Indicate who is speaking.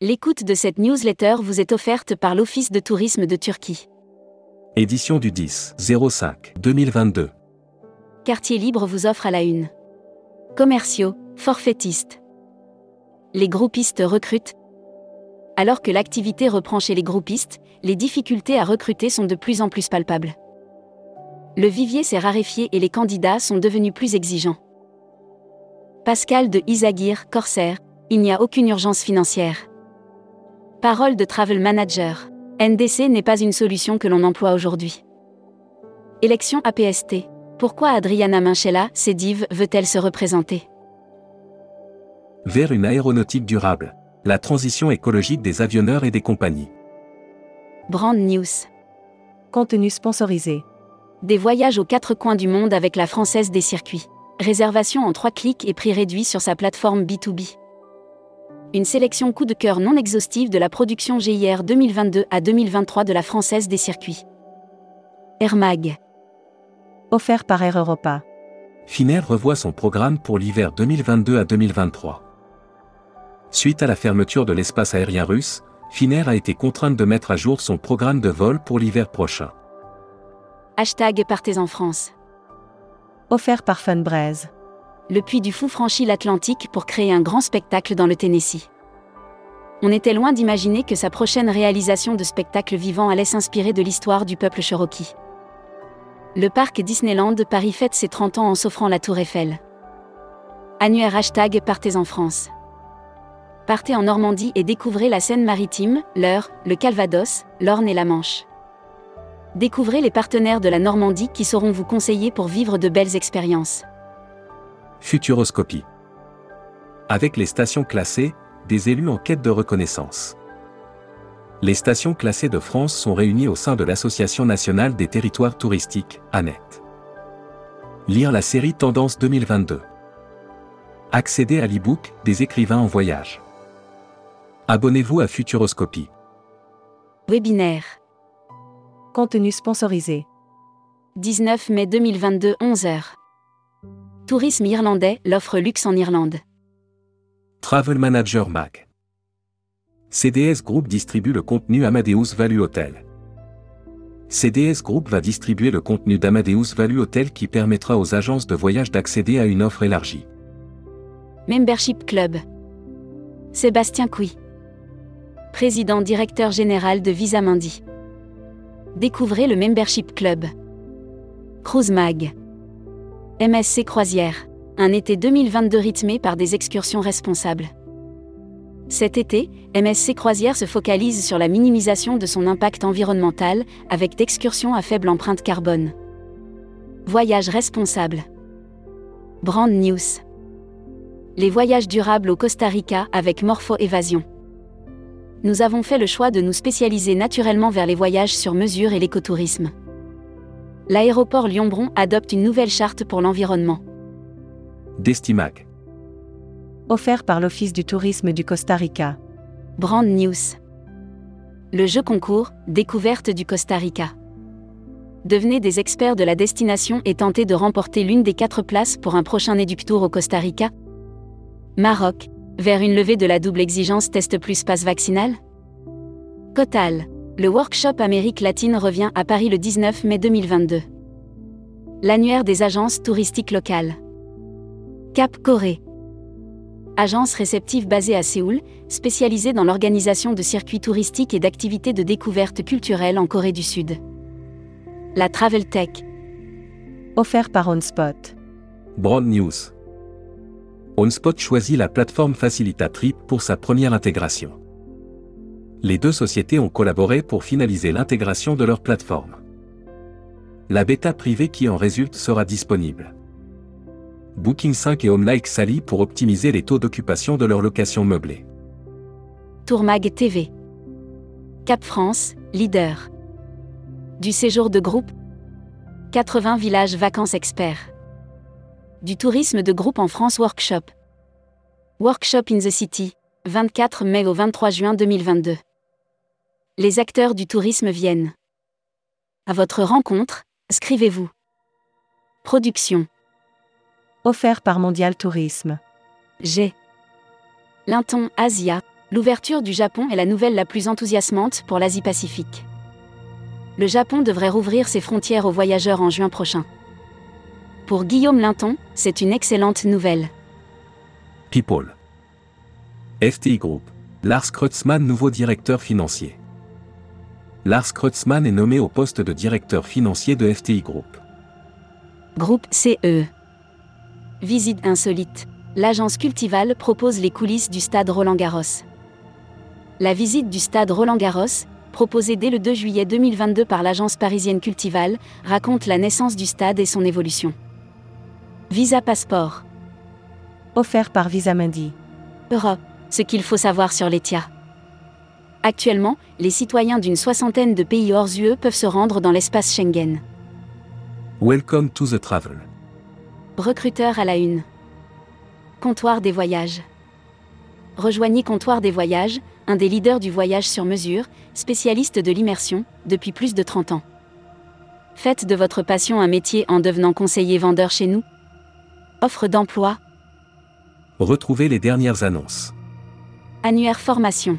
Speaker 1: L'écoute de cette newsletter vous est offerte par l'Office de tourisme de Turquie.
Speaker 2: Édition du 10-05-2022.
Speaker 1: Quartier Libre vous offre à la une. Commerciaux, forfaitistes. Les groupistes recrutent. Alors que l'activité reprend chez les groupistes, les difficultés à recruter sont de plus en plus palpables. Le vivier s'est raréfié et les candidats sont devenus plus exigeants. Pascal de Isagir, Corsair, il n'y a aucune urgence financière. Parole de Travel Manager. NDC n'est pas une solution que l'on emploie aujourd'hui. Élection APST. Pourquoi Adriana Minchella, Cédive, veut-elle se représenter
Speaker 2: Vers une aéronautique durable. La transition écologique des avionneurs et des compagnies.
Speaker 1: Brand News.
Speaker 3: Contenu sponsorisé.
Speaker 1: Des voyages aux quatre coins du monde avec la Française des circuits. Réservation en trois clics et prix réduit sur sa plateforme B2B. Une sélection coup de cœur non exhaustive de la production GIR 2022 à 2023 de la Française des circuits. Hermag.
Speaker 3: Offert par Air Europa.
Speaker 2: Finnair revoit son programme pour l'hiver 2022 à 2023. Suite à la fermeture de l'espace aérien russe, Finnair a été contrainte de mettre à jour son programme de vol pour l'hiver prochain.
Speaker 1: Hashtag Partez en France.
Speaker 3: Offert par Funbraise.
Speaker 1: Le Puy du Fou franchit l'Atlantique pour créer un grand spectacle dans le Tennessee. On était loin d'imaginer que sa prochaine réalisation de spectacle vivant allait s'inspirer de l'histoire du peuple cherokee. Le parc Disneyland Paris fête ses 30 ans en s'offrant la Tour Eiffel. Annuaire hashtag Partez en France. Partez en Normandie et découvrez la Seine-Maritime, l'Eure, le Calvados, l'Orne et la Manche. Découvrez les partenaires de la Normandie qui sauront vous conseiller pour vivre de belles expériences.
Speaker 2: Futuroscopie. Avec les stations classées, des élus en quête de reconnaissance. Les stations classées de France sont réunies au sein de l'Association nationale des territoires touristiques, ANET. Lire la série Tendance 2022. Accéder à l'e-book des écrivains en voyage. Abonnez-vous à Futuroscopie.
Speaker 1: Webinaire.
Speaker 3: Contenu sponsorisé.
Speaker 1: 19 mai 2022, 11h. Tourisme irlandais, l'offre luxe en Irlande.
Speaker 2: Travel Manager Mag. CDS Group distribue le contenu Amadeus Value Hotel. CDS Group va distribuer le contenu d'Amadeus Value Hotel qui permettra aux agences de voyage d'accéder à une offre élargie.
Speaker 1: Membership Club. Sébastien Couy. Président directeur général de Visamundi. Découvrez le Membership Club. Cruise Mag. MSC Croisière. Un été 2022 rythmé par des excursions responsables. Cet été, MSC Croisière se focalise sur la minimisation de son impact environnemental avec d'excursions à faible empreinte carbone. Voyage responsable. Brand News. Les voyages durables au Costa Rica avec Morpho Évasion. Nous avons fait le choix de nous spécialiser naturellement vers les voyages sur mesure et l'écotourisme. L'aéroport Lyon-Bron adopte une nouvelle charte pour l'environnement.
Speaker 2: Destimag.
Speaker 3: Offert par l'Office du tourisme du Costa Rica.
Speaker 1: Brand News. Le jeu concours, découverte du Costa Rica. Devenez des experts de la destination et tentez de remporter l'une des quatre places pour un prochain Educ Tour au Costa Rica. Maroc, vers une levée de la double exigence test plus passe vaccinal. Cotal, le workshop Amérique latine revient à Paris le 19 mai 2022. L'annuaire des agences touristiques locales. Cap Corée. Agence réceptive basée à Séoul, spécialisée dans l'organisation de circuits touristiques et d'activités de découverte culturelle en Corée du Sud. La Travel Tech.
Speaker 3: Offert par OnSpot.
Speaker 2: Brand News. OnSpot choisit la plateforme Facilitatrip pour sa première intégration. Les deux sociétés ont collaboré pour finaliser l'intégration de leur plateforme. La bêta privée qui en résulte sera disponible. Booking 5 et Homelike s'allient pour optimiser les taux d'occupation de leur location meublée.
Speaker 1: Tourmag TV. Cap France, leader. Du séjour de groupe. 80 villages vacances experts. Du tourisme de groupe en France Workshop. Workshop in the City, 24 mai au 23 juin 2022. Les acteurs du tourisme viennent. À votre rencontre, scrivez-vous. Production.
Speaker 3: Offert par Mondial Tourisme.
Speaker 1: G. Linton Asia, L'ouverture du Japon est la nouvelle la plus enthousiasmante pour l'Asie-Pacifique. Le Japon devrait rouvrir ses frontières aux voyageurs en juin prochain. Pour Guillaume Linton, c'est une excellente nouvelle.
Speaker 2: People. FTI Group. Lars Kreutzmann, nouveau directeur financier. Lars Kreutzmann est nommé au poste de directeur financier de FTI Group.
Speaker 1: Groupe CE. Visite insolite. L'agence Cultival propose les coulisses du stade Roland-Garros. La visite du stade Roland-Garros, proposée dès le 2 juillet 2022 par l'agence parisienne Cultival, raconte la naissance du stade et son évolution. Visa Passeport.
Speaker 3: Offert par Visamindi.
Speaker 1: Europe. Ce qu'il faut savoir sur l'ETIA. Actuellement, les citoyens d'une soixantaine de pays hors UE peuvent se rendre dans l'espace Schengen.
Speaker 2: Welcome to the travel.
Speaker 1: Recruteur à la une. Comptoir des voyages. Rejoignez Comptoir des voyages, un des leaders du voyage sur mesure, spécialiste de l'immersion, depuis plus de 30 ans. Faites de votre passion un métier en devenant conseiller vendeur chez nous. Offre d'emploi,
Speaker 2: Retrouvez les dernières annonces.
Speaker 1: Annuaire formation.